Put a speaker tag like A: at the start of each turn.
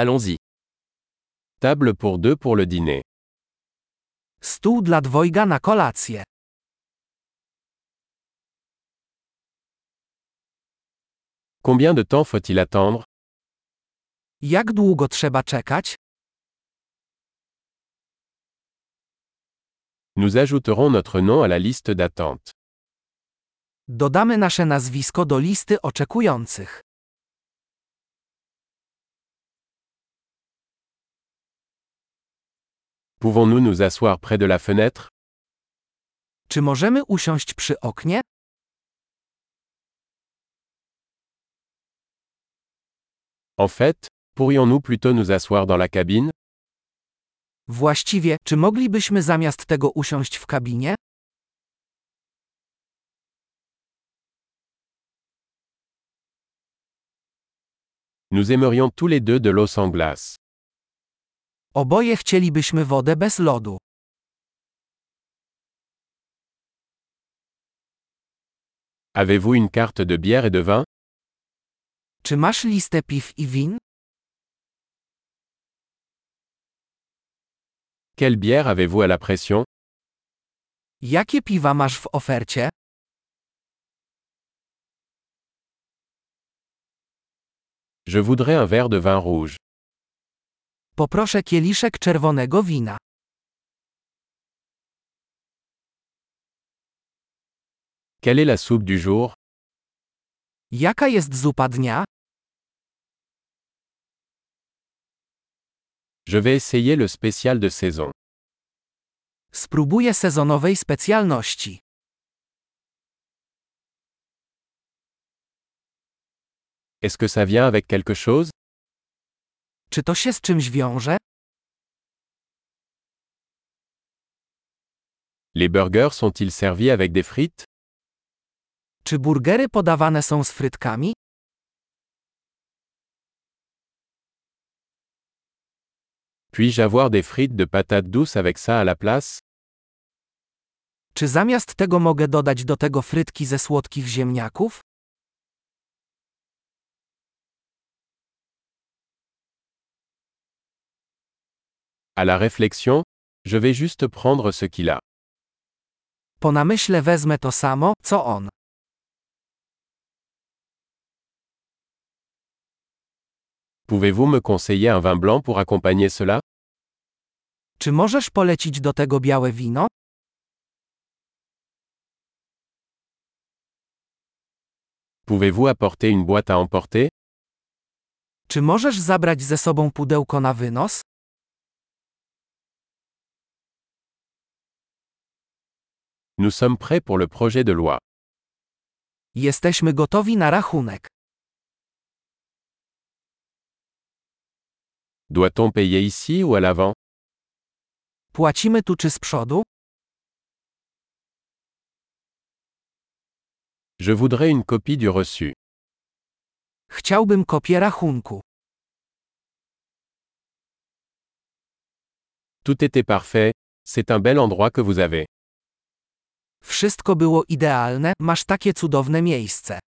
A: Allons-y.
B: Table pour deux pour le dîner.
C: Stół dla dwojga na kolację.
B: Combien de temps faut-il attendre
C: Jak długo trzeba czekać?
B: Nous ajouterons notre nom à la liste d'attente.
C: Dodamy nasze nazwisko do listy oczekujących.
B: Pouvons-nous nous asseoir près de la fenêtre
C: Czy możemy usiąść przy oknie?
B: En fait, pourrions-nous plutôt nous asseoir dans la cabine
C: Właściwie, czy moglibyśmy zamiast tego usiąść w kabinie?
B: Nous aimerions tous les deux de l'eau sans glace.
C: Oboje chcielibyśmy wodę bez lodu.
B: Avez-vous une carte de bière et de vin
C: Czy masz listę piw i win?
B: Quelle bière avez-vous à la pression
C: Jakie piwa masz w ofercie?
B: Je voudrais un verre de vin rouge.
C: Poproszę kieliszek czerwonego wina.
B: Quelle est la soupe du jour
C: Jaka jest zupa dnia?
B: Je vais essayer le spécial de saison.
C: Spróbuję sezonowej specjalności.
B: Est-ce que ça vient avec quelque chose
C: Czy to się z czymś wiąże?
B: Les burgers sont-ils servis avec des frites
C: Czy burgery podawane są z frytkami?
B: Puis-je avoir des frites de patates douces avec ça à la place
C: Czy zamiast tego mogę dodać do tego frytki ze słodkich ziemniaków?
B: À la réflexion, je vais juste prendre ce qu'il a.
C: Po namyśle wezmę to samo, co on.
B: Pouvez-vous me conseiller un vin blanc pour accompagner cela
C: Czy możesz polecić do tego białe wino?
B: Pouvez-vous apporter une boîte à emporter
C: Czy możesz zabrać ze sobą pudełko na wynos?
B: Nous sommes prêts pour le projet de loi.
C: Jesteśmy gotowi na rachunek.
B: Doit-on payer ici ou à l'avant
C: Płacimy tu czy z przodu?
B: Je voudrais une copie du reçu.
C: Chciałbym kopię rachunku.
B: Tout était parfait, c'est un bel endroit que vous avez.
C: Wszystko było idealne, masz takie cudowne miejsce.